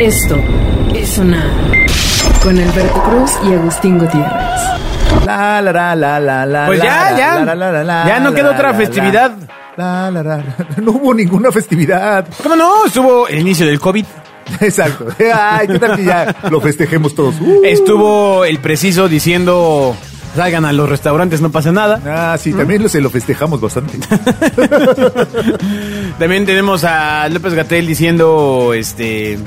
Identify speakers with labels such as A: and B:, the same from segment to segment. A: Esto es sonar con Alberto Cruz y Agustín Gutiérrez.
B: La la la la la la.
C: Pues ya,
B: la,
C: ya.
B: la, la, la, la,
C: Ya no
B: la,
C: queda otra
B: la,
C: festividad.
B: La, la, la, la. No hubo ninguna festividad.
C: ¿Cómo no? Estuvo el inicio del COVID.
B: Exacto. Ay, qué tal que ya lo festejemos todos. Uh.
C: Estuvo el preciso diciendo salgan a los restaurantes, no pasa nada.
B: Ah,
C: ¿Mm?
B: sí, también lo, se lo festejamos bastante.
C: También tenemos a López Gatel diciendo este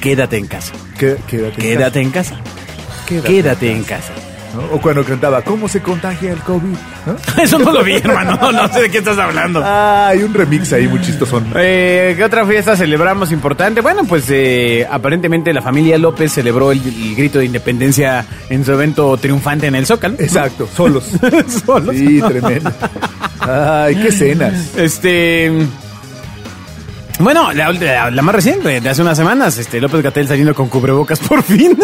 C: quédate en casa.
B: Qué- Quédate. en
C: Quédate en casa.
B: casa.
C: Quédate, en casa.
B: ¿no? O cuando cantaba, ¿cómo se contagia el COVID? ¿No?
C: Eso no lo vi, hermano. No sé de qué estás hablando.
B: Ah, hay un remix ahí muy chistosón.
C: Eh, ¿Qué otra fiesta celebramos importante? Bueno, pues eh, aparentemente la familia López celebró el, el grito de independencia en su evento triunfante en el Zócalo.
B: Exacto, solos.
C: Solos.
B: Sí, tremendo. Ay, qué cenas.
C: Este. Bueno, la, la- la más reciente, de hace unas semanas, este López Gatel saliendo con cubrebocas por fin.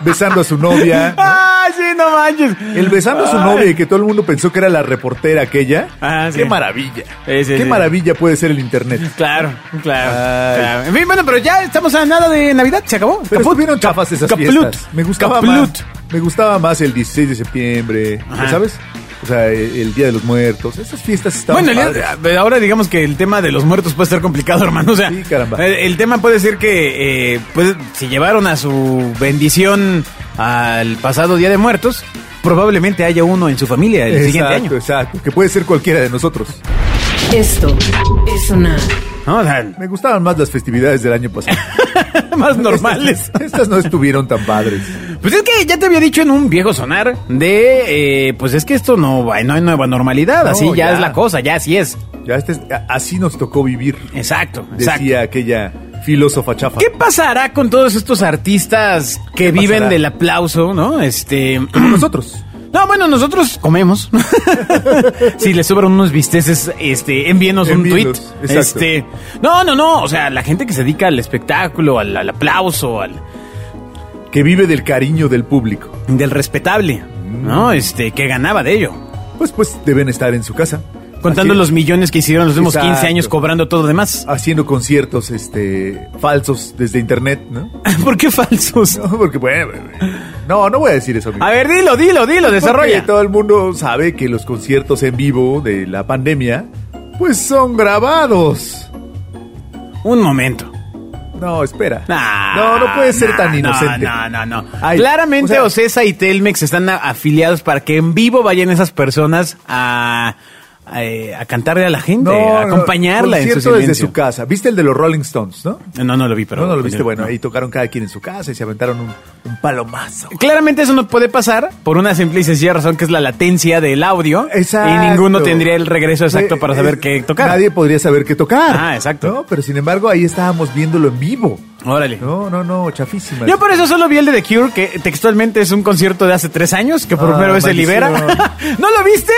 B: Besando a su novia.
C: ¡Ah, sí, no manches!
B: El besando a su
C: Ay.
B: novia y que todo el mundo pensó que era la reportera aquella.
C: Ah, sí.
B: Qué maravilla.
C: Sí, sí,
B: Qué
C: sí.
B: maravilla puede ser el internet.
C: Claro, claro,
B: Ay.
C: claro. En fin, bueno, pero ya estamos a nada de Navidad, se acabó.
B: Pero
C: Caput.
B: estuvieron chafas esas
C: Caplut.
B: fiestas. Me gustaba
C: Caplut.
B: más. Me gustaba más el 16 de septiembre,
C: Ajá.
B: ¿sabes? O sea, e-, el, el Día de los Muertos. Esas fiestas estaban
C: Bueno, el-
B: padres.
C: eh, ahora digamos que el tema de los muertos puede ser complicado, hermano. O sea,
B: Sí, caramba.
C: eh, El, tema puede ser que, eh, pues, si llevaron a su bendición al pasado Día de Muertos, probablemente haya uno en su familia el
B: exacto,
C: siguiente año.
B: exacto. Que puede ser cualquiera de nosotros.
A: Esto es sonar
C: ¿no? O sea,
B: Me gustaban más las festividades del año pasado.
C: más normales.
B: Estas, estas no estuvieron tan padres.
C: Pues es que ya te había dicho en un viejo sonar de, eh, pues es que esto no, va- no hay nueva normalidad,
B: No,
C: así ya,
B: ya.
C: es la cosa, ya así es.
B: Ya este es- a- así nos tocó vivir,
C: Exacto, exacto.
B: decía aquella filósofa chafa.
C: ¿Qué pasará con todos estos artistas que viven
B: pasará?
C: del aplauso, no? Este,
B: Nosotros.
C: no, bueno, nosotros comemos. si les sobran unos bisteces, este, envíenos un tweet.
B: Envíenos, exacto.
C: Este, no, no, no, o sea, la gente que se dedica al espectáculo, al, al aplauso, al
B: Que vive del cariño del público.
C: del respetable,
B: Mm.
C: ¿no? Este, que ganaba de ello.
B: Pues, pues deben estar en su casa.
C: Contando
B: Así-
C: los millones que hicieron los últimos
B: Exacto.
C: 15 años cobrando todo lo demás.
B: Haciendo conciertos este, falsos desde internet, ¿no?
C: ¿Por qué falsos?
B: No, porque bueno. No, no voy a decir eso. amigo.
C: A ver, dilo, dilo, dilo,
B: Porque
C: desarrolla.
B: todo el mundo sabe que los conciertos en vivo de la pandemia, pues son grabados.
C: Un momento.
B: No, espera.
C: Nah,
B: no, no puede ser
C: nah,
B: tan
C: no,
B: inocente.
C: No, no, no.
B: Ay,
C: Claramente
B: o sea-
C: Ocesa y Telmex están a- afiliados para que en vivo vayan esas personas a, a, eh, a cantarle a la gente, a acompañarla en su
B: concierto desde
C: silencio.
B: su casa. ¿Viste el de los Rolling Stones, no?
C: No, no lo vi, pero...
B: no, no lo viste. Bueno,
C: no.
B: ahí tocaron cada quien en su casa y se aventaron un, un palomazo.
C: Claramente eso no puede pasar por una simple y sencilla razón que es la latencia del audio y
B: Exacto.
C: ninguno tendría el regreso exacto
B: Eh,
C: para saber
B: eh,
C: qué tocar.
B: Nadie podría saber qué tocar.
C: Ah, exacto.
B: ¿no? Pero sin embargo, ahí estábamos viéndolo en vivo.
C: Órale.
B: No, no, no, chafísima.
C: Yo por eso solo vi el de The Cure, que textualmente es un concierto de hace tres años, que por
B: Ah,
C: primera vez se libera.
B: maldición.
C: ¿No lo viste?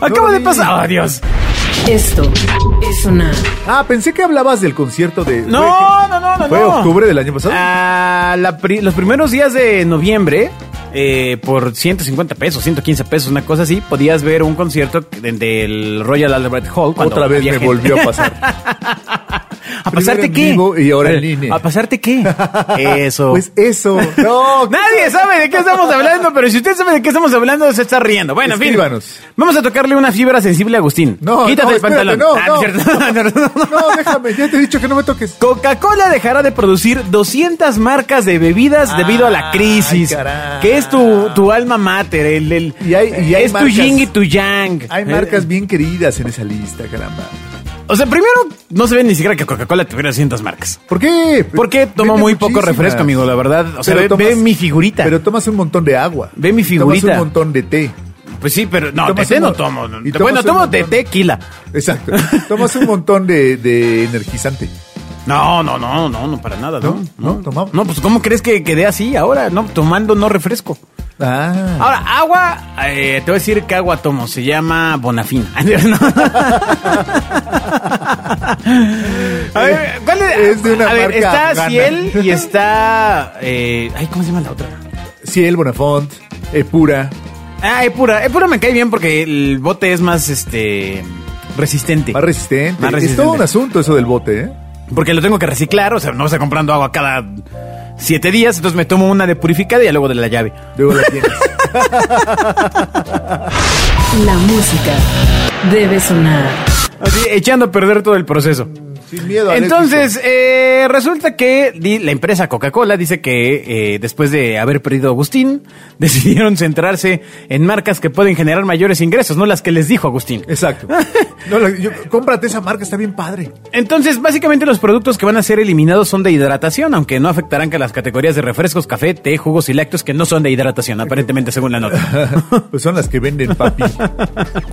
C: Acabo
B: lo
C: de
B: vi.
C: pasar. ¡Oh, Dios!
A: Esto es sonar
B: Ah, pensé que hablabas del concierto de. ¿fue
C: No,
B: qué?
C: no, no, no,
B: ¿Fue
C: no.
B: octubre del año pasado?
C: Ah, la pri- los primeros días de noviembre, eh, por 150 pesos, 115 pesos, una cosa así, podías ver un concierto de- del Royal Albert Hall. cuando
B: Otra vez
C: había
B: me
C: gente.
B: volvió a pasar.
C: ¿A pasarte
B: en
C: qué?
B: vivo y ahora en
C: Eh,
B: línea.
C: ¿A pasarte qué? Eso.
B: Pues eso. No,
C: Nadie sabe de qué estamos hablando, pero si usted sabe de qué estamos hablando, se está riendo. Bueno, en fin.
B: Escríbanos.
C: Vamos a tocarle una fibra sensible a Agustín.
B: No,
C: Quítate
B: no,
C: el
B: espérate,
C: pantalón.
B: no,
C: Ah,
B: no.
C: cierto.
B: no, déjame. Ya te he dicho que no me toques.
C: Coca-Cola dejará de producir 200 marcas de bebidas debido a la crisis,
B: Ay, caray.
C: que es tu, tu alma mater, el, el-
B: Y hay- y hay
C: es tu
B: marcas.
C: yin y tu yang. Eh,
B: Hay marcas bien queridas en esa lista, caramba.
C: O sea, primero no se ve ni siquiera que Coca-Cola tuviera 200 marcas.
B: ¿Por qué?
C: Porque tomo
B: Vende
C: muy poco
B: muchísimas.
C: refresco, amigo, la verdad. O sea, ve,
B: Pero
C: ve
B: tomas-
C: mi figurita.
B: Pero tomas un montón de agua.
C: Ve mi figurita.
B: Tomas un montón de té.
C: pues sí, pero no, de
B: tomas
C: té
B: un
C: no
B: mo-
C: tomo.
B: y tomas
C: Bueno,
B: un
C: tomo
B: montón.
C: de tequila.
B: Exacto. Tomas un montón de, de energizante.
C: No, no, no, no, no, para nada, ¿no?
B: No, tomaba.
C: No, pues ¿cómo crees que quedé así ahora? No, tomando no refresco.
B: Ah.
C: Ahora, agua, eh, te voy a decir qué agua tomo. Se llama Bonafina. a ver, ¿cuál es?
B: Es de una
C: a ver,
B: marca
C: está
B: afgana.
C: Ciel y está. eh, ay, ¿cómo se llama la otra?
B: Ciel, Bonafont, eh, Epura.
C: Ah, Epura. Epura me cae bien porque el bote es más este resistente.
B: Más resistente.
C: Más resistente.
B: Es todo un asunto eso del bote, ¿eh?
C: Porque lo tengo que reciclar, o sea, no voy a estar comprando agua cada siete días, entonces me tomo una de purificada y ya luego de la llave.
B: Luego la tienes.
A: La música debe sonar.
C: Así, echando a perder todo el proceso.
B: Sin miedo. al
C: Entonces, eh, resulta que di- la empresa Coca-Cola dice que eh, después de haber perdido a Agustín, decidieron centrarse en marcas que pueden generar mayores ingresos, no las que les dijo Agustín.
B: éxito. Exacto. No, la- yo- cómprate esa marca, está bien padre.
C: Entonces, básicamente los productos que van a ser eliminados son de hidratación, aunque no afectarán que las categorías de refrescos, café, té, jugos y lácteos que no son de hidratación, aparentemente según la nota.
B: Pues son las que venden, papi.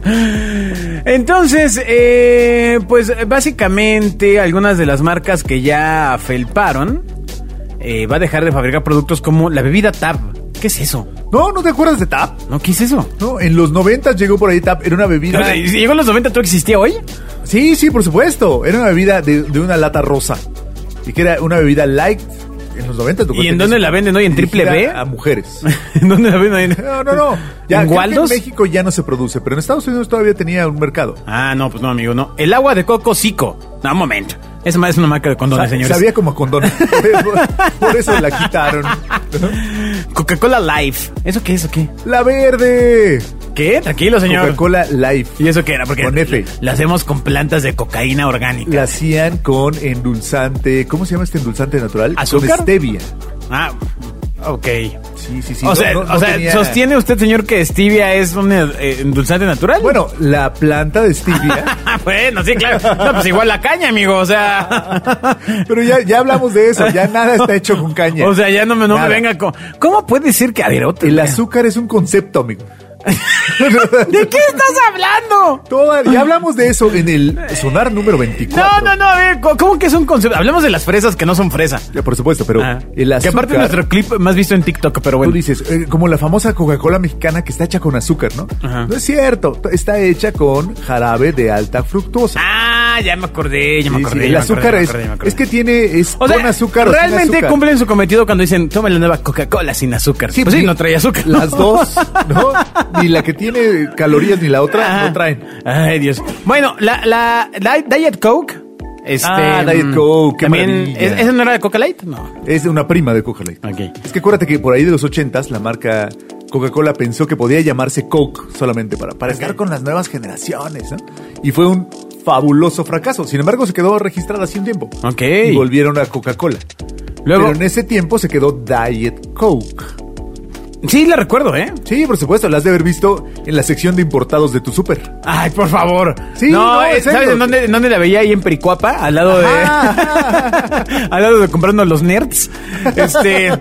C: Entonces, eh, pues básicamente algunas de las marcas que ya felparon eh, va a dejar de fabricar productos como la bebida Tab. ¿Qué es eso?
B: No, ¿no te acuerdas de TAP?
C: No, ¿qué es eso?
B: No, en los 90 llegó por ahí TAP, era una bebida.
C: Si llegó en los 90, ¿tú existía hoy?
B: Sí, sí, por supuesto. Era una bebida de, de una lata rosa. Y que era una bebida light en los 90. ¿tú
C: ¿Y
B: cuentas
C: en
B: que
C: dónde
B: es
C: la venden hoy? ¿En
B: dirigida
C: Triple B?
B: A mujeres.
C: ¿En ¿Dónde la venden?
B: No, no, no. Ya, creo
C: ¿En
B: que
C: Waldos?
B: en México ya no se produce, pero en Estados Unidos todavía tenía un mercado.
C: Ah, no, pues no, amigo, no. El agua de coco Zico. No, un momento. Esa madre es una marca de condones,
B: Sa-
C: señores.
B: Sabía como condón. Por- Por eso la quitaron.
C: Coca-Cola Life. ¿Eso qué es o qué?
B: La verde.
C: ¿Qué? Tranquilo, señor.
B: Coca-Cola Life.
C: ¿Y eso qué era? Porque
B: Con F.
C: la hacemos con plantas de cocaína orgánica.
B: La hacían con endulzante. ¿Cómo se llama este endulzante natural?
C: ¿Azúcar?
B: Con stevia.
C: Ah, ok.
B: Sí, sí, sí.
C: o
B: no-
C: sea,
B: no- no
C: o sea
B: tenía-
C: ¿sostiene usted, señor, que stevia es un eh, endulzante natural?
B: Bueno, la planta de stevia.
C: Ah, bueno, sí, claro. No, pues igual la caña, amigo, o sea...
B: Pero ya, ya hablamos de eso, ya nada está hecho con caña.
C: O sea, ya no me, no me
B: Nada.
C: venga con... ¿Cómo puede ser que... A ver, otra-
B: El azúcar es un concepto, amigo.
C: ¿De qué estás hablando?
B: Toda- ya hablamos de eso en el sonar número 24.
C: No, no, no, a ver, ¿cómo- ¿cómo que es un concepto? Hablemos de las fresas que no son fresa.
B: Ya, por supuesto, pero
C: Ah,
B: el azúcar.
C: Que aparte es nuestro clip más visto en TikTok, pero
B: Tú
C: bueno.
B: dices, eh, como la famosa Coca-Cola mexicana que está hecha con azúcar, ¿no?
C: Ajá.
B: No es cierto, t- está hecha con jarabe de alta fructosa.
C: Ah, ya me acordé, ya me
B: Sí, sí,
C: acordé.
B: el
C: ya me acordé,
B: azúcar
C: ya me
B: es,
C: acordé, ya me acordé.
B: es que tiene es
C: O sea,
B: con azúcar. o sin
C: realmente
B: azúcar.
C: cumplen su cometido cuando dicen, toma la nueva Coca-Cola sin azúcar. Sí, pues sí, no trae azúcar. ¿no?
B: Las dos, ¿no? Ni la que tiene calorías ni la otra
C: Ajá.
B: no traen.
C: Ay, Dios. Bueno, la, la, la Diet Coke. Este,
B: Ah, Diet
C: mm,
B: Coke, qué
C: También,
B: maravilla.
C: ¿es- ¿Esa no era de Coca Light? No.
B: Es una prima de Coca Light.
C: Ok.
B: Es que acuérdate que por ahí de los ochentas la marca Coca-Cola pensó que podía llamarse Coke solamente para, para estar con las nuevas generaciones, ¿no? Y fue un fabuloso fracaso. Sin embargo, se quedó registrada hace un tiempo.
C: Ok.
B: Y volvieron a Coca-Cola.
C: Luego-
B: Pero en ese tiempo se quedó Diet Coke.
C: Sí, la recuerdo, ¿eh?
B: Sí, por supuesto, la has de haber visto en la sección de importados de tu súper.
C: Ay, por favor.
B: Sí, no,
C: eh,
B: en serio.
C: ¿sabes en dónde, en dónde la veía ahí en Pericuapa? Al lado de. al lado de comprando los nerds. Este.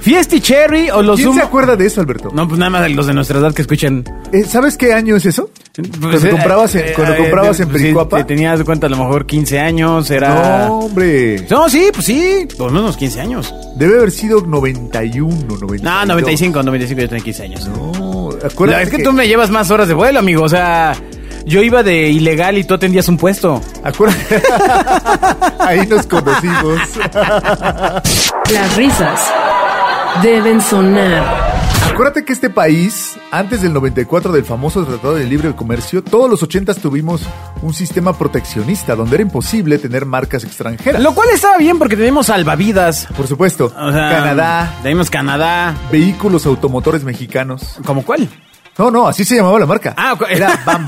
C: Fiesti Cherry o los
B: ¿Quién se
C: Zumo.
B: acuerda de eso, Alberto?
C: No, pues nada más los de nuestra edad que escuchan.
B: Eh, ¿Sabes qué año es eso? cuando
C: eh,
B: comprabas en,
C: eh,
B: cuando
C: eh,
B: comprabas en
C: pues sí,
B: Pericuapa.
C: te tenías de cuenta a lo mejor 15 años, era.
B: No, hombre.
C: No, sí, pues sí, por lo menos 15 años.
B: Debe haber sido 91, 92.
C: No, 95, 95, yo tenía 15 años.
B: No,
C: La
B: acuérdate
C: es que, tú me llevas más horas de vuelo, amigo. O sea, yo iba de ilegal y tú atendías un puesto.
B: acuérdate- Ahí nos conocimos.
A: Las risas deben sonar.
B: acuérdate que este país, antes del 94 del famoso Tratado de Libre Comercio, todos los 80s tuvimos un sistema proteccionista donde era imposible tener marcas extranjeras.
C: Lo cual estaba bien porque tenemos salvavidas.
B: Por supuesto,
C: O sea,
B: Canadá,
C: Tenemos Canadá.
B: vehículos automotores mexicanos.
C: ¿Como cuál?
B: No, no, así se llamaba la marca.
C: Ah, ok.
B: era BAM.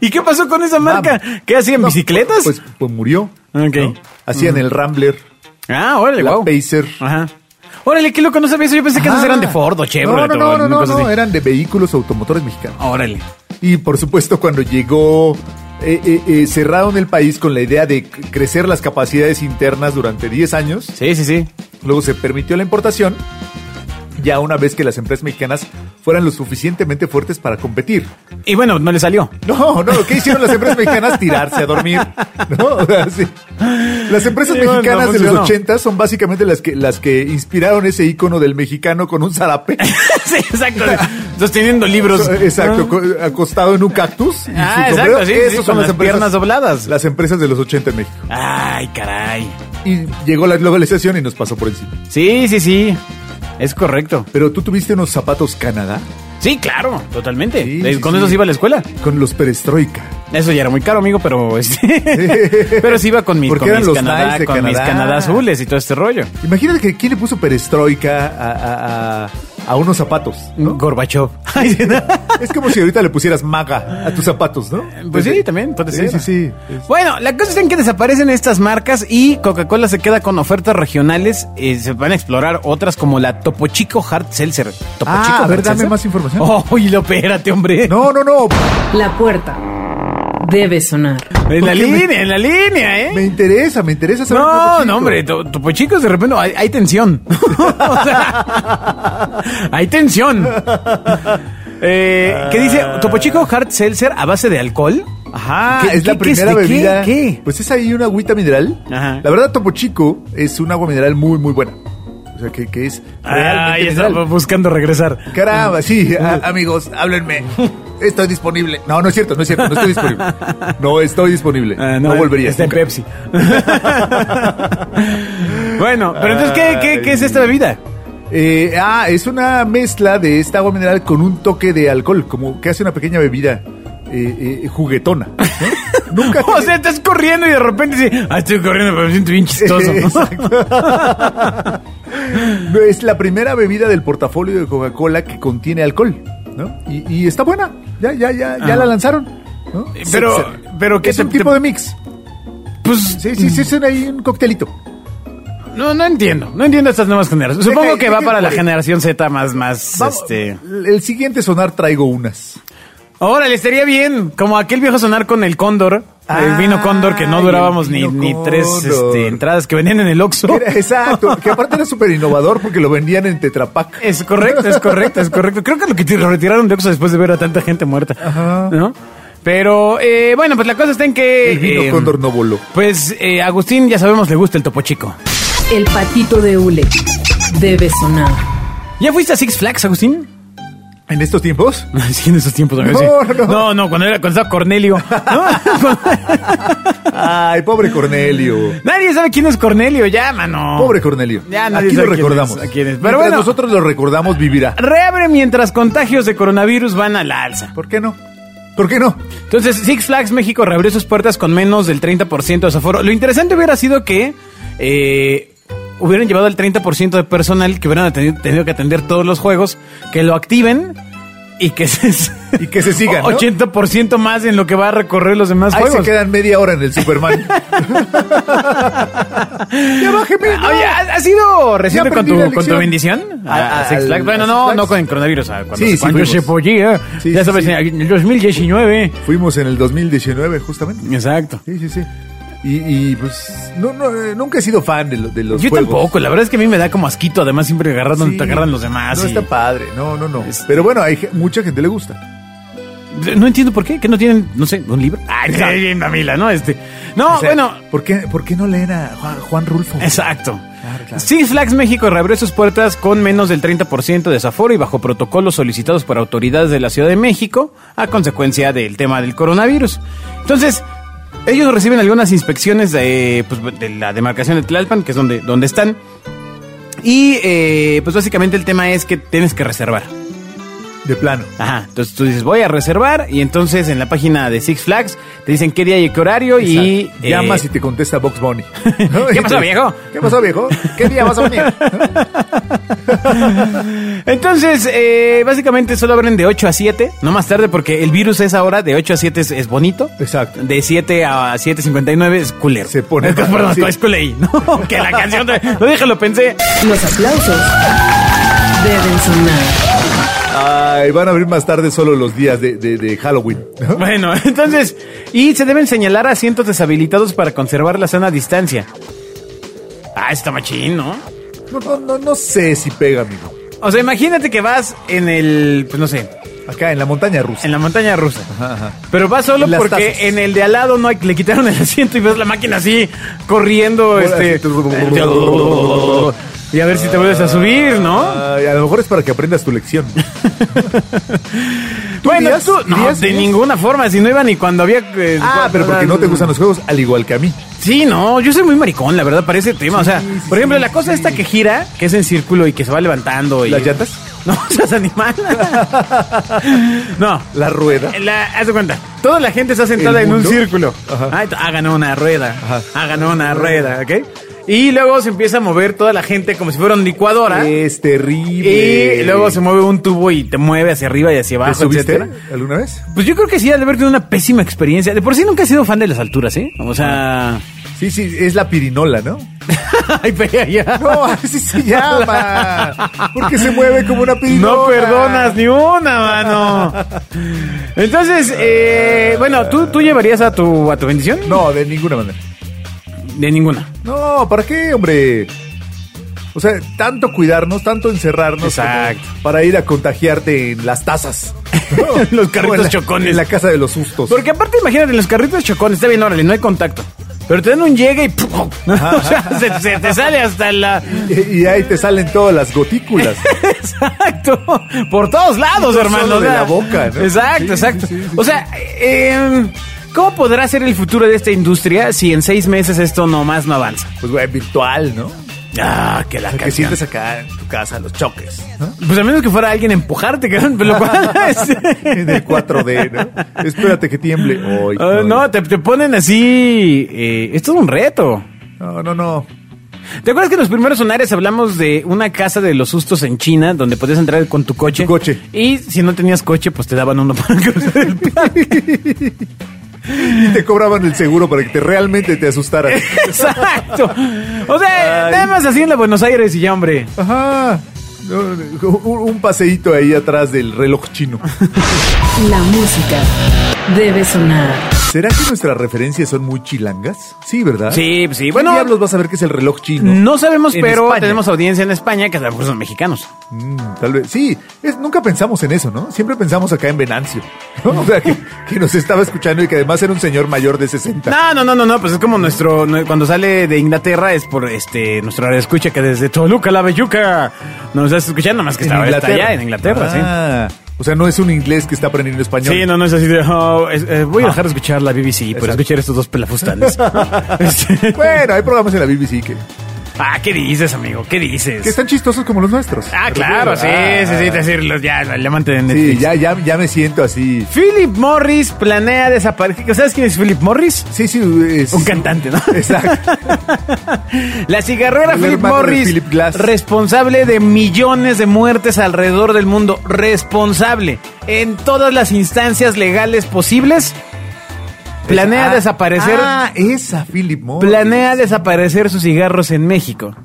C: ¿Y qué pasó con esa marca?
B: Bam.
C: ¿Qué hacían?
B: No,
C: ¿Bicicletas?
B: Pues, pues murió.
C: Ok.
B: Hacían el Rambler.
C: ah, órale,
B: la
C: wow.
B: Pacer.
C: Ajá. Órale, qué loco, no sabía eso. Yo pensé que esas
B: Ah.
C: eran de Ford o Chevrolet
B: No,
C: o
B: no, no,
C: alguna
B: no,
C: cosa
B: no,
C: así.
B: eran de vehículos automotores mexicanos.
C: Órale.
B: Y por supuesto, cuando llegó, eh, eh, eh, cerraron el país con la idea de c- crecer las capacidades internas durante 10 años.
C: Sí, sí, sí.
B: Luego se permitió la importación, ya una vez que las empresas mexicanas fueran lo suficientemente fuertes para competir.
C: Y bueno, no le salió.
B: No, no, ¿qué hicieron las empresas mexicanas? Tirarse a dormir. ¿no? O sea, sí. Las empresas
C: Sí, bueno,
B: mexicanas
C: no
B: de los
C: funcionó.
B: 80 son básicamente las que, las que inspiraron ese icono del mexicano con un zarape.
C: sí, exacto. Sosteniendo libros.
B: So- Exacto, co- acostado en un cactus. y
C: Ah,
B: su
C: exacto,
B: sombrero.
C: sí,
B: Esas
C: sí, con las piernas dobladas.
B: Las empresas de los 80 en México.
C: Ay, caray.
B: Y llegó la globalización y nos pasó por encima.
C: Sí, sí, sí. Es correcto.
B: Pero tú tuviste unos zapatos Canadá
C: Sí, claro, totalmente.
B: Sí,
C: Eh,
B: sí,
C: Con
B: sí.
C: eso se iba a la escuela.
B: con los perestroika.
C: Eso ya era muy caro, amigo, pero este, pero sí iba con mis,
B: Porque
C: con
B: eran
C: mis
B: los
C: Canadá,
B: Knights de
C: con mis
B: Canadá.
C: Canadá azules y todo este rollo.
B: Imagínate que quién le puso perestroika a, a- a- a unos zapatos, ¿no?
C: Gorbachev.
B: es como si ahorita le pusieras maga a tus zapatos, ¿no?
C: Pues sí, también puede
B: Sí, sí,
C: ser.
B: sí. Es-
C: Bueno, la cosa es en que desaparecen estas marcas y Coca-Cola se queda con ofertas regionales. eh, se van a explorar otras como la Topo Chico Hard Seltzer. ¿Topo
B: Ah,
C: Chico
B: a
C: Hard
B: ver, dame
C: Seltzer?
B: más información.
C: Oh, y lo espérate, hombre.
B: No, no, no.
A: La puerta debe sonar.
C: en
B: ¿por
C: la
B: qué me-
C: línea, en la línea, ¿eh?
B: Me interesa, me interesa saber. Topo
C: No,
B: Chico.
C: no, hombre, to- Topo Chicos de repente hay, hay tensión. O sea, hay tensión. Eh, ¿Qué dice? Topo Chico Hard Seltzer a base de alcohol.
B: Ah. Ajá,
C: ¿Qué-
B: es la
C: Ah, qué- qué es
B: primera
C: de qué?
B: bebida.
C: ¿Qué?
B: Pues es ahí una agüita mineral.
C: Ajá.
B: La verdad, Topo Chico es un agua mineral muy, muy buena. O sea, que, que es realmente
C: Ay,
B: mineral.
C: estaba buscando regresar.
B: Caramba, sí, a- amigos, háblenme. Estoy disponible. No, no es cierto, no es cierto, no estoy disponible. No estoy disponible.
C: Ah,
B: no, volvería.
C: Está en
B: nunca.
C: Pepsi. bueno, pero entonces, ¿qué, qué, qué es esta bebida?
B: Eh, ah, es una mezcla de esta agua mineral con un toque de alcohol, como que hace una pequeña bebida eh, eh, juguetona. ¿no? Nunca.
C: O
B: tiene-
C: sea, estás corriendo y de repente dices, ah, estoy corriendo, pero me siento bien chistoso.
B: Exacto. No, es la primera bebida del portafolio de Coca-Cola que contiene alcohol, ¿no? Y, y está buena. Ya, ya, ya, ya
C: Ah.
B: la lanzaron. ¿no?
C: Eh, Pero- pero ¿qué
B: es
C: te-
B: un tipo
C: te-
B: de mix.
C: Pues
B: Sí, sí, sí, es un, ahí un coctelito.
C: no, no entiendo. No entiendo estas nuevas generaciones. Supongo
B: Deja-
C: que va
B: deja-
C: para la
B: eh,
C: generación Z más, más,
B: Vamos,
C: este.
B: El siguiente sonar traigo unas.
C: Ahora le estaría bien, como aquel viejo sonar con el cóndor. el
B: Ah,
C: vino cóndor que no
B: el
C: durábamos ni,
B: vino
C: ni tres
B: cóndor.
C: este, entradas que venían en el Oxxo.
B: Era- exacto, que aparte era súper innovador porque lo vendían en Tetrapac.
C: Es correcto, es correcto, es correcto. Creo que lo que te- lo retiraron de Oxxo después de ver a tanta gente muerta. ¿No? Pero, eh, bueno, pues la cosa está en que...
B: El vino
C: eh,
B: cóndor no voló.
C: Pues eh, Agustín, ya sabemos, le gusta el topo chico.
A: El patito de hule debe sonar.
C: ¿Ya fuiste a Six Flags, Agustín?
B: En estos tiempos,
C: Sí, en esos tiempos. amigo, sí.
B: No, no, no.
C: no, no, cuando, era, cuando estaba Cornelio. ¿No?
B: ay, pobre Cornelio.
C: Nadie sabe quién es Cornelio, ya, mano.
B: Pobre Cornelio.
C: Ya nadie
B: Aquí lo
C: sabe quién es,
B: recordamos.
C: a quién es. Pero
B: Mientras
C: bueno.
B: nosotros lo recordamos, vivirá.
C: Reabre mientras contagios de coronavirus van a la alza.
B: ¿Por qué no? ¿Por qué no?
C: Entonces, Six Flags México reabrió sus puertas con menos del 30% de su aforo. Lo interesante hubiera sido que eh, hubieran llevado el 30% de personal que hubieran atendido- tenido que atender todos los juegos, que lo activen y que se,
B: Y que se sigan, ¿no?
C: 80% más en lo que va a recorrer los demás
B: Ahí se
C: juegos.
B: quedan media hora en el Superman. ya bájeme. no.
C: Ah, Oye, ¿has has ido reciente con
B: aprendí la
C: tu,
B: lección.
C: con tu bendición?
B: A- a-
C: A, Six
B: al-
C: Flags. Bueno,
B: a
C: no,
B: Six Flags.
C: no con el coronavirus. ah, Cuando,
B: Sí, sí
C: cuando se
B: fuimos.
C: podía.
B: Sí,
C: ya
B: sí,
C: sabes,
B: sí.
C: en el 2019.
B: Fuimos en el 2019, justamente.
C: Exacto.
B: Sí, sí, sí. Y, y, pues, no, no, eh, nunca he sido fan de, lo- de los
C: Yo
B: juegos.
C: tampoco, la verdad es que a mí me da como asquito, además siempre agarrar donde
B: Sí.
C: te agarran los demás.
B: No
C: y-
B: está padre, no, no, no.
C: Es-
B: Pero bueno, hay ge- mucha gente le gusta.
C: No entiendo por qué, que no tienen, no sé, un libro. Ah, Ay, está bien, mamila, ¿no? Este. No,
B: O sea,
C: bueno.
B: ¿por qué, ¿Por qué no leen a Juan, Juan Rulfo?
C: Exacto.
B: Claro, claro.
C: Six Flags México reabrió sus puertas con menos del 30% de desaforo y bajo protocolos solicitados por autoridades de la Ciudad de México a consecuencia del tema del coronavirus. Entonces, ellos reciben algunas inspecciones de, pues, de la demarcación de Tlalpan, que es donde, donde están. Y eh, pues básicamente el tema es que tienes que reservar.
B: De plano.
C: Ajá, entonces tú dices, voy a reservar y entonces en la página de Six Flags te dicen qué día y qué horario y...
B: Exacto. llamas
C: eh,
B: y te contesta Box Bunny.
C: ¿Qué pasó, viejo?
B: ¿Qué pasó, viejo? ¿Qué día vas a venir?
C: Entonces, eh, básicamente solo abren de 8 a 7, no más tarde porque el virus es ahora, de 8 a 7 es, es bonito.
B: Exacto.
C: De 7 a 7.59 es culero.
B: Se pone
C: Es que,
B: mal,
C: perdón,
B: sí.
C: es culé. No, que la canción... de- No, déjalo, pensé.
A: Los aplausos deben sonar.
B: Ay, van a abrir más tarde solo los días de, de- de Halloween. ¿no?
C: Bueno, entonces... Y se deben señalar asientos deshabilitados para conservar la sana distancia. Ah, está machín, ¿no?
B: No, no, no, no sé si pega, amigo.
C: O sea, imagínate que vas en el... Pues no sé,
B: Acá en la montaña rusa.
C: En la montaña rusa.
B: Ajá, ajá.
C: Pero va solo
B: En las
C: porque
B: tazas.
C: en el de al lado no hay, le quitaron el asiento y ves la máquina así corriendo. este, y a ver si te vuelves a subir, ¿no?
B: Ay, a lo mejor es para que aprendas tu lección.
C: Bueno,
B: irías?
C: tú no,
B: ¿Irías?
C: de
B: ¿Irías?
C: ninguna forma, si no iba ni cuando había. eh,
B: Ah,
C: cuando-
B: pero porque no te gustan los juegos, al igual que a mí.
C: Sí, no, yo soy muy maricón, la verdad, para ese tema. o sea,
B: Sí, sí,
C: por ejemplo,
B: sí,
C: la cosa
B: sí.
C: esta que gira, que es en círculo y que se va levantando. Y,
B: ¿Las llantas?
C: No, seas animal. no,
B: La rueda.
C: La- haz de cuenta. Toda la gente está sentada
B: ¿El
C: en un
B: mundo?
C: círculo.
B: Ajá.
C: Ah, Hagan una rueda.
B: Ajá.
C: Hagan una rueda, ¿ok? Y luego se empieza a mover toda la gente como si fuera una licuadora.
B: Es terrible.
C: Y luego se mueve un tubo y te mueve hacia arriba y hacia
B: ¿Te
C: abajo,
B: subiste
C: etcétera.
B: alguna vez?
C: Pues yo creo que sí, al haber tenido una pésima experiencia. De por sí nunca he sido fan de las alturas, ¿eh? O sea...
B: Sí, sí, es la pirinola, ¿no?
C: Ay, pero ya.
B: No, así se llama. Porque se mueve como una pirinola.
C: No perdonas ni una, mano. Entonces, eh, bueno, ¿tú, ¿tú llevarías a tu, a tu bendición?
B: No, de ninguna manera.
C: De ninguna.
B: No, ¿para qué, hombre? O sea, tanto cuidarnos, tanto encerrarnos
C: Exacto.
B: como para ir a contagiarte en las tazas.
C: Los carritos
B: Como en la-
C: chocones.
B: En la casa de los sustos.
C: Porque aparte, imagínate, en los carritos chocones, está bien, órale, no hay contacto. Pero te dan un llegue y ¡pum! O sea, se, se te sale hasta la...
B: Y, y ahí te salen todas las gotículas.
C: Exacto. Por todos lados,
B: No
C: hermano.
B: solo
C: o sea.
B: de la boca, ¿no?
C: Exacto,
B: Sí,
C: exacto.
B: sí, sí, sí,
C: o sea, eh, ¿cómo podrá ser el futuro de esta industria si en seis meses esto nomás no avanza?
B: Pues, güey, virtual, ¿no? O
C: Ah, que la
B: sea, que
C: canción.
B: sientes acá en tu casa los choques, ¿no?
C: Pues a menos que fuera alguien a empujarte, cabrón, pero lo cual es-
B: En el 4D, ¿no? Espérate que tiemble. Ay,
C: Ah, no,
B: no,
C: te, te ponen así. eh, esto es un reto.
B: no, no, no.
C: ¿Te acuerdas que en los primeros sonares hablamos de una casa de los sustos en China donde podías entrar con tu coche?
B: Tu coche.
C: Y si no tenías coche, pues te daban uno para cruzar el
B: Y te cobraban el seguro para que te realmente te asustaras.
C: Exacto. O sea,
B: Ay.
C: temas así en la Buenos Aires y ya, hombre.
B: Ajá. No, Un, un paseíto ahí atrás del reloj chino.
A: La música debe sonar.
B: ¿Será que nuestras referencias son muy chilangas? Sí, ¿verdad?
C: Sí, sí.
B: ¿Qué
C: Bueno-
B: diablos vas a ver que es el reloj chino?
C: No sabemos,
B: En
C: pero
B: España.
C: tenemos audiencia en España que a lo mejor son mexicanos.
B: Mm, tal vez. Sí, es- nunca pensamos en eso, ¿no? Siempre pensamos acá en Venancio. ¿no? O sea, que, que nos estaba escuchando y que además era un señor mayor de 60.
C: No, no, no, no, no, pues es como nuestro, no- cuando sale de Inglaterra es por este, nuestro radio escucha que desde Toluca, la Belluca, nos está escuchando más que estaba está allá en Inglaterra, sí.
B: Ah, O sea, no es un inglés que está aprendiendo español.
C: Sí, no, no es así de, oh, es- eh, voy a dejar de escuchar la BBC
B: Ah.
C: por
B: Exacto.
C: escuchar estos dos pelafustales. Este,
B: Bueno, hay programas en la BBC que,
C: ah, ¿qué dices, amigo? ¿Qué dices?
B: que están chistosos como los nuestros.
C: Ah, claro, sí,
B: Ah,
C: sí, sí, es decir, los- ya, el amante de Netflix.
B: Sí, ya, ya, ya me siento así.
C: Philip Morris planea desaparecer. ¿Sabes quién es Philip Morris?
B: Sí, sí. es-
C: Un cantante, ¿no?
B: Exacto.
C: La cigarrera
B: El
C: Philip
B: hermano de
C: Morris,
B: Philip Glass.
C: responsable de millones de muertes alrededor del mundo, responsable en todas las instancias legales posibles, planea
B: Ah,
C: desaparecer,
B: Ah, esa Philip Morris.
C: planea desaparecer sus cigarros en México,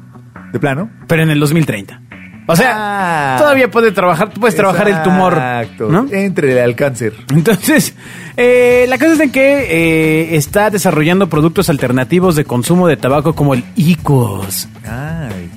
B: ¿De plano?
C: pero en el 2030. O sea,
B: Ah.
C: todavía puede trabajar, tú puedes trabajar el tumor,
B: Exacto. Eh.
C: ¿no?
B: Entre al cáncer.
C: Entonces, eh, la cosa es en que eh, está desarrollando productos alternativos de consumo de tabaco como el ICOS,
B: Ay.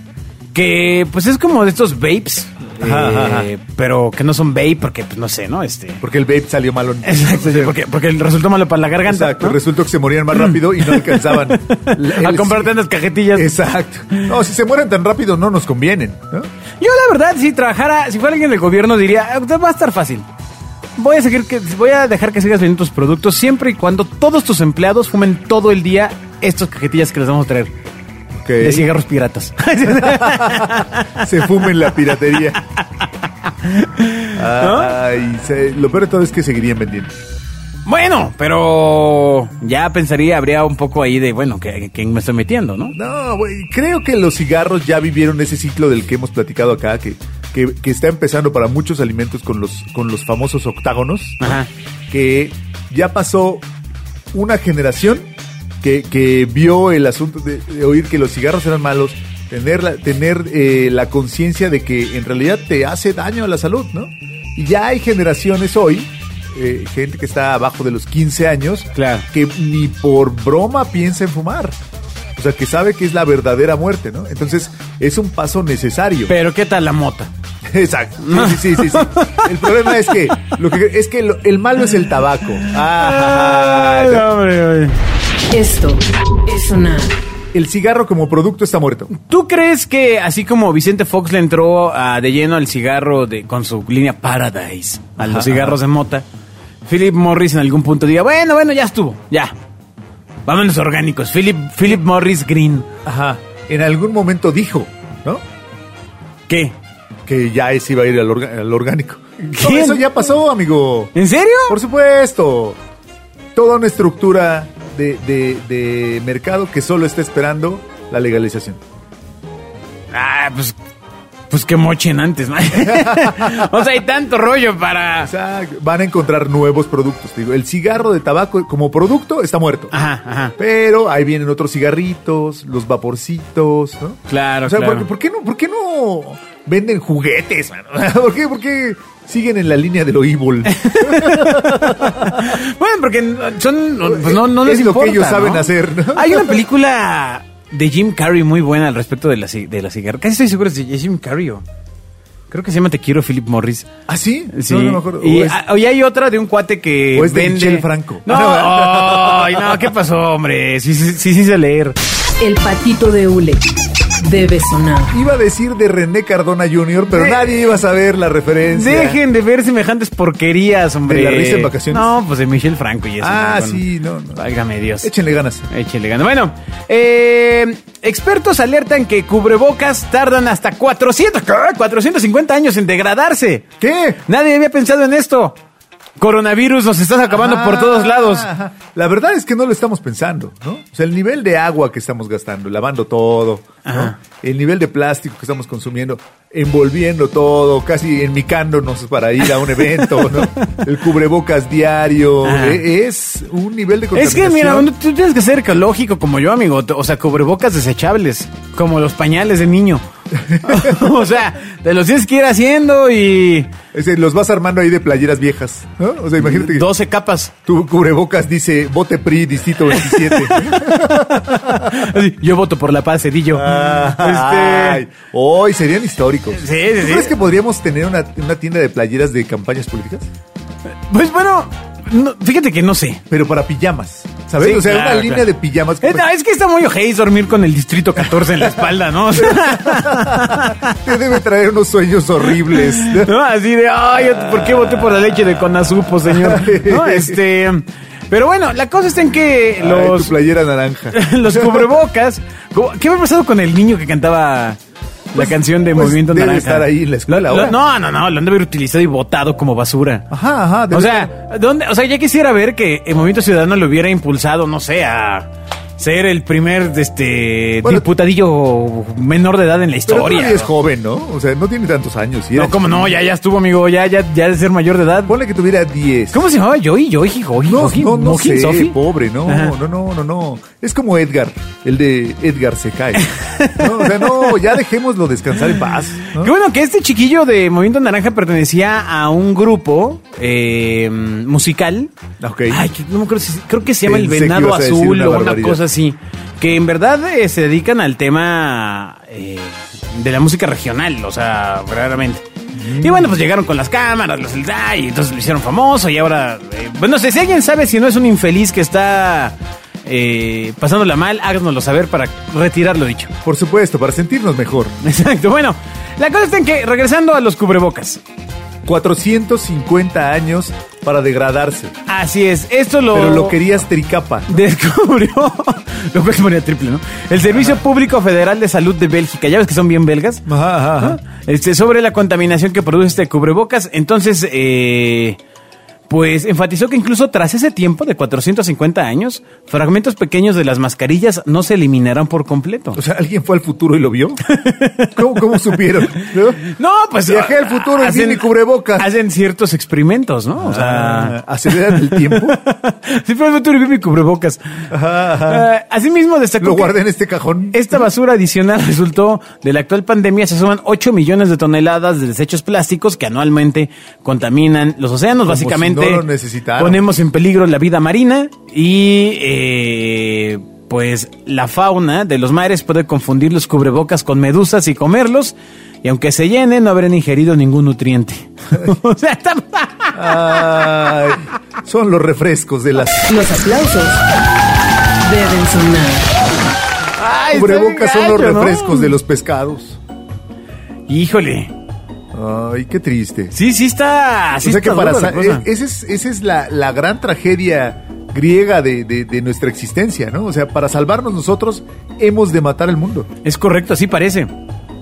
C: que pues es como de estos vapes,
B: Ajá,
C: eh,
B: ajá, ajá.
C: pero que no son vape porque pues no sé, ¿no? Este,
B: Porque el vape salió malo.
C: exacto, porque, porque resultó malo para la garganta.
B: Exacto.
C: ¿no?
B: Resultó que se morían más rápido y no alcanzaban.
C: A comprarte unas cajetillas.
B: Exacto. No, si se mueren tan rápido no nos convienen, ¿no?
C: Yo la verdad, si trabajara, si fuera alguien del gobierno, diría, "Ah, va a estar fácil. Voy a seguir que, voy a dejar que sigas vendiendo tus productos siempre y cuando todos tus empleados fumen todo el día estas cajetillas que les vamos a traer.
B: Ok.
C: De cigarros piratas.
B: Se fumen la piratería. Ay, se- lo peor de todo es que seguirían vendiendo.
C: bueno, pero ya pensaría, habría un poco ahí de, bueno, que, que me estoy metiendo, ¿no?
B: No, güey, creo que los cigarros ya vivieron ese ciclo del que hemos platicado acá, que, que, que está empezando para muchos alimentos con los, con los famosos octágonos,
C: Ajá.
B: que ya pasó una generación que, que vio el asunto de, de oír que los cigarros eran malos, tener la, tener, eh, la conciencia de que en realidad te hace daño a la salud, ¿no? Y ya hay generaciones hoy, eh, gente que está abajo de los 15 años,
C: Claro.
B: que ni por broma piensa en fumar. O sea, que sabe que es la verdadera muerte, ¿no? Entonces, es un paso necesario.
C: Pero ¿qué tal la mota?
B: Exacto. Sí, sí, sí, sí, sí. El problema es que, lo que es que lo- el malo es el tabaco. Ah,
A: Esto es sonar.
B: el cigarro como producto está muerto.
C: ¿Tú crees que así como Vicente Fox le entró ah, de lleno al cigarro de, con su línea Paradise, a los
B: Ajá.
C: cigarros de mota, Philip Morris en algún punto diga, bueno, bueno, ya estuvo, ya. Vámonos orgánicos, Philip, Philip Morris Green.
B: Ajá. En algún momento dijo, ¿no?
C: ¿Qué?
B: Que ya ese iba a ir al, orga- al orgánico. Todo
C: ¿Quién?
B: eso ya pasó, amigo.
C: ¿En serio?
B: Por supuesto. toda una estructura de, de- de mercado que solo está esperando la legalización.
C: Ah, pues. Pues que mochen antes, ¿no? o sea, hay tanto rollo para.
B: O sea, van a encontrar nuevos productos. Te Digo, el cigarro de tabaco como producto está muerto.
C: Ajá, ajá.
B: Pero ahí vienen otros cigarritos, los vaporcitos, ¿no?
C: Claro,
B: O sea,
C: claro.
B: ¿por, por qué no, por qué no venden juguetes, mano? ¿Por qué, por qué siguen en la línea de lo evil?
C: Bueno, porque son, no, pues no, no
B: Es
C: les
B: lo
C: importa,
B: que ellos
C: ¿no?
B: saben hacer, ¿no?
C: Hay una película de Jim Carrey muy buena al respecto de la, ci- de la cigarra. Casi estoy seguro es de Jim Carrey o... Creo que se llama Te Quiero Philip Morris.
B: ¿Ah, sí?
C: Sí.
B: No, no me acuerdo.
C: Y,
B: O es-
C: ah, y hay otra de un cuate que
B: O es de
C: vende...
B: Michel Franco.
C: No, ay, no, ¿qué pasó, hombre? Sí, sí, sí, sí sé leer.
A: El patito de hule debe sonar.
B: Iba a decir de René Cardona Jr., pero
C: De-
B: nadie iba a saber la referencia.
C: Dejen de ver semejantes porquerías, hombre.
B: ¿De la risa en vacaciones?
C: No, pues de Michel Franco y eso.
B: Ah,
C: Bueno,
B: sí, no, no.
C: Válgame Dios.
B: Échenle ganas.
C: Échale ganas. Bueno, eh, expertos alertan que cubrebocas tardan hasta 400, ¿qué? 450 años en degradarse.
B: ¿Qué?
C: Nadie había pensado en esto. Coronavirus, nos estás acabando por todos lados.
B: Ajá. Ah. La verdad es que no lo estamos pensando, ¿no? O sea, el nivel de agua que estamos gastando, lavando todo, ¿no?
C: Ajá.
B: el nivel de plástico que estamos consumiendo, envolviendo todo, casi enmicándonos para ir a un evento, ¿no? El cubrebocas diario,
C: Ajá.
B: e- es un nivel de
C: Es que
B: contaminación.
C: mira, uno- tú tienes que ser ecológico como yo, amigo. O sea, cubrebocas desechables, como los pañales de niño. o sea, te los tienes que ir haciendo y
B: Es decir, los vas armando ahí de playeras viejas, ¿no? O sea, imagínate que
C: 12 capas.
B: tu cubrebocas dice bote PRI, distrito 27.
C: Así, Yo voto por la paz, Cedillo.
B: Ah, Ay, Hoy serían históricos.
C: Este, Sí, sí,
B: ¿Tú
C: sí.
B: crees que podríamos tener una, una tienda de playeras de campañas políticas?
C: Pues bueno, no, fíjate que no sé.
B: Pero para pijamas, ¿sabes?
C: Sí,
B: o sea,
C: claro,
B: una línea
C: claro.
B: de pijamas. que pues,
C: Eh, no, es que está muy ojéis dormir con el distrito 14 en la espalda, ¿no? O sea,
B: Te debe traer unos sueños horribles.
C: ¿no? Así de, ay, ¿por qué voté por la leche de Conasupo, señor? ¿No? Este, pero bueno, la cosa está en que
B: Ay, tu
C: los,
B: playera naranja.
C: los cubrebocas. ¿Qué había pasado con el niño que cantaba la
B: Pues,
C: canción de
B: pues,
C: Movimiento
B: debe
C: Naranja?
B: estar ahí en la escuela
C: Lo- lo-
B: ahora.
C: no, no, no, lo han de haber utilizado y botado como basura.
B: Ajá, ajá. debe
C: O sea, ¿dónde, o sea, ya quisiera ver que el Movimiento Ciudadano lo hubiera impulsado, no sé, a ser el primer este
B: Bueno,
C: diputadillo menor de edad en la
B: Pero
C: historia.
B: todavía es joven, ¿no? O sea, no tiene tantos años. y era
C: No, cómo
B: chiquito.
C: no, ya, ya estuvo, amigo, ya, ya, ya de ser mayor de edad.
B: Ponle que tuviera 10.
C: ¿Cómo se llamaba? Joy, Joy, Joy,
B: No,
C: Joy,
B: no, no
C: Mojin,
B: sé,
C: Sofi.
B: pobre, no,
C: Ajá.
B: no, no, no, no. Es como Edgar, el de Edgar se cae. No, o sea, no, ya dejémoslo descansar en paz. ¿no?
C: Qué bueno que este chiquillo de Movimiento Naranja pertenecía a un grupo eh, musical.
B: Ok.
C: Ay, que no me acuerdo si- creo que se llama
B: Pensé
C: El
B: que
C: Venado
B: ibas a decir
C: Azul
B: una
C: o una
B: barbaridad.
C: cosa así. Que en verdad eh, se dedican al tema eh, de la música regional, o sea, verdaderamente.
B: Mm.
C: Y bueno, pues llegaron con las cámaras, los ay, y entonces lo hicieron famoso y ahora... eh, bueno, no sé, si alguien sabe si no es un infeliz que está eh, pasándola mal, háganoslo saber para retirar lo dicho.
B: Por supuesto, para sentirnos mejor.
C: Exacto, bueno. La cosa está en que, regresando a los cubrebocas.
B: 450 años para degradarse.
C: Así es, esto lo...
B: Pero lo querías tricapa.
C: Descubrió, lo cual se ponía triple, ¿no? El Servicio Público Federal de Salud de Bélgica, ya ves que son bien belgas,
B: Ajá, ajá,
C: ¿no?
B: ajá.
C: este, sobre la contaminación que produce este cubrebocas. Entonces, eh, pues enfatizó que incluso tras ese tiempo de 450 años, fragmentos pequeños de las mascarillas no se eliminarán por completo.
B: O sea, ¿alguien fue al futuro y lo vio? ¿Cómo, cómo supieron? ¿No?
C: No, pues
B: Viajé al futuro y vi mi cubrebocas.
C: Hacen ciertos experimentos, ¿no? O sea,
B: Ah, ¿Aceleran el tiempo?
C: Sí, pero no tuve mi cubrebocas.
B: Ajá, ajá.
C: Eh, asimismo, destacó
B: Ah. Lo
C: que
B: guardé en este cajón.
C: esta basura adicional resultó de la actual pandemia. Se suman 8 millones de toneladas de desechos plásticos que anualmente contaminan los océanos.
B: Como
C: Básicamente,
B: si no lo necesitáramos.
C: ponemos en peligro la vida marina y, eh, pues, la fauna de los mares puede confundir los cubrebocas con medusas y comerlos. Y aunque se llenen, no habrán ingerido ningún nutriente. o sea, está...
B: Ay, son los refrescos de las
A: Los aplausos deben sonar.
C: Ay, está bien
B: cubrebocas, son los
C: gacho, ¿no?
B: refrescos de los pescados.
C: Híjole.
B: Ay, qué triste.
C: Sí, sí está. Sí
B: o sea que
C: está
B: para
C: dura la
B: sa-
C: cosa.
B: e- esa es, esa es la, la gran tragedia griega de, de- de nuestra existencia, ¿no? O sea, para salvarnos nosotros hemos de matar al mundo.
C: Es correcto, así parece.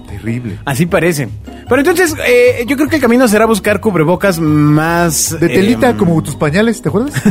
B: Terrible.
C: Así parece. Pero entonces, eh, yo creo que el camino será buscar cubrebocas más...
B: De telita
C: em,
B: como tus pañales, ¿te acuerdas?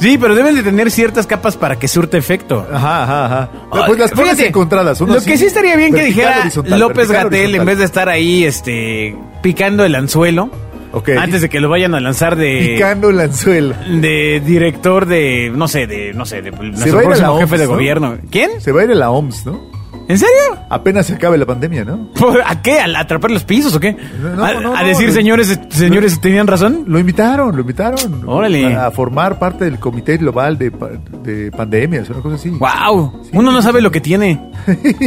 C: Sí, pero deben de tener ciertas capas para que surte efecto.
B: Ajá, ajá, ajá. No, pues las pongas
C: Fíjate,
B: encontradas. uno
C: Lo
B: así,
C: que sí estaría bien que
B: vertical,
C: dijera
B: horizontal,
C: López
B: vertical,
C: Gatel, en
B: horizontal.
C: vez de estar ahí este, picando el anzuelo,
B: Ok.
C: antes de que lo vayan a lanzar de...
B: Picando el anzuelo.
C: De director de, no sé, de, no sé, de nuestro
B: va a ir a la
C: próximo
B: OMS,
C: jefe de
B: ¿no?
C: gobierno. ¿Quién?
B: Se va a ir a la OMS, ¿no?
C: ¿En serio?
B: Apenas se acabe la pandemia, ¿no?
C: ¿Por- ¿A qué? ¿A la- atrapar los pisos o qué?
B: No, no,
C: ¿A,
B: no,
C: a
B: no,
C: decir,
B: no.
C: señores, señores, ¿tenían razón?
B: Lo invitaron, lo invitaron.
C: Órale.
B: A formar parte del Comité Global de, pa- de Pandemias, una cosa así.
C: ¡Wow! Uno no sabe lo que tiene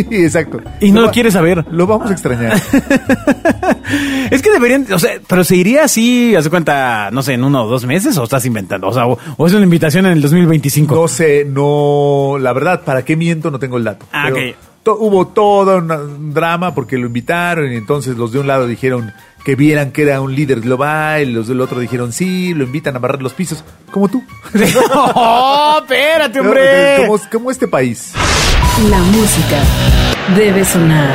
B: Exacto.
C: y no
B: Lo
C: lo
B: va-
C: quiere saber.
B: Lo vamos a extrañar.
C: Es que deberían, o sea, pero se iría así, hace cuenta, no sé, en uno o dos meses, o estás inventando, o sea, o, o es una invitación en el 2025.
B: No sé, no. La verdad, ¿para qué miento? No tengo el dato.
C: Ah,
B: Pero
C: ok.
B: to- hubo todo una- un drama porque lo invitaron y entonces los de un lado dijeron que vieran que era un líder global y los del otro dijeron sí, lo invitan a barrer los pisos, como tú.
C: ¡Oh, espérate, hombre!
B: Como, como este país.
A: La música debe sonar.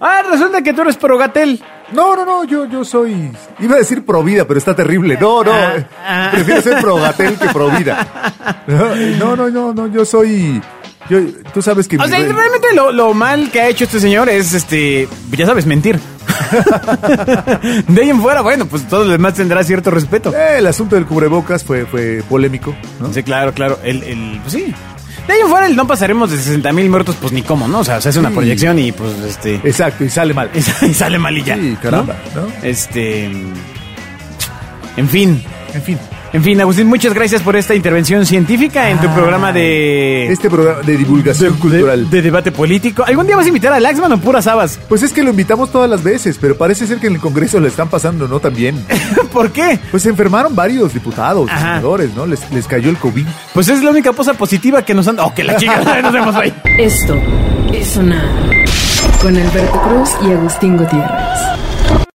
C: Ah, resulta que tú eres progatel.
B: No, no, no, yo, yo soy. Iba a decir pro vida, pero está terrible. No, no.
C: Ah,
B: eh,
C: ah.
B: Prefiero ser pro gatel que pro vida. No, no, no, no, yo soy. Yo, tú sabes que.
C: O
B: mi
C: sea,
B: re-
C: realmente lo, lo mal que ha hecho este señor es, este, ya sabes, mentir. De ahí en fuera, bueno, pues todo lo demás tendrá cierto respeto.
B: Eh, el asunto del cubrebocas fue, fue polémico, ¿no?
C: Sí, claro, claro. El, el, pues sí. De ahí en fuera el no pasaremos de 60 mil muertos, pues ni cómo, ¿no? O sea, se hace una
B: Sí.
C: proyección y pues este.
B: Exacto, y sale mal.
C: y sa- y sale mal y ya.
B: Sí, caramba, ¿no?
C: Este. En fin.
B: En fin,
C: En fin, Agustín, muchas gracias por esta intervención científica en tu programa de.
B: este programa de divulgación cultural.
C: Eh. de debate político. ¿Algún día vas a invitar a Laxman o puras habas?
B: Pues es que lo invitamos todas las veces, pero parece ser que en el Congreso le están pasando, ¿no? También.
C: ¿Por qué?
B: Pues se enfermaron varios diputados,
C: Ajá.
B: senadores, ¿no? Les, les cayó el COVID.
C: Pues es la única cosa positiva que nos han. ¡Oh, que la chica! nos vemos ahí.
A: Esto es sonar. Con Alberto Cruz y Agustín Gutiérrez.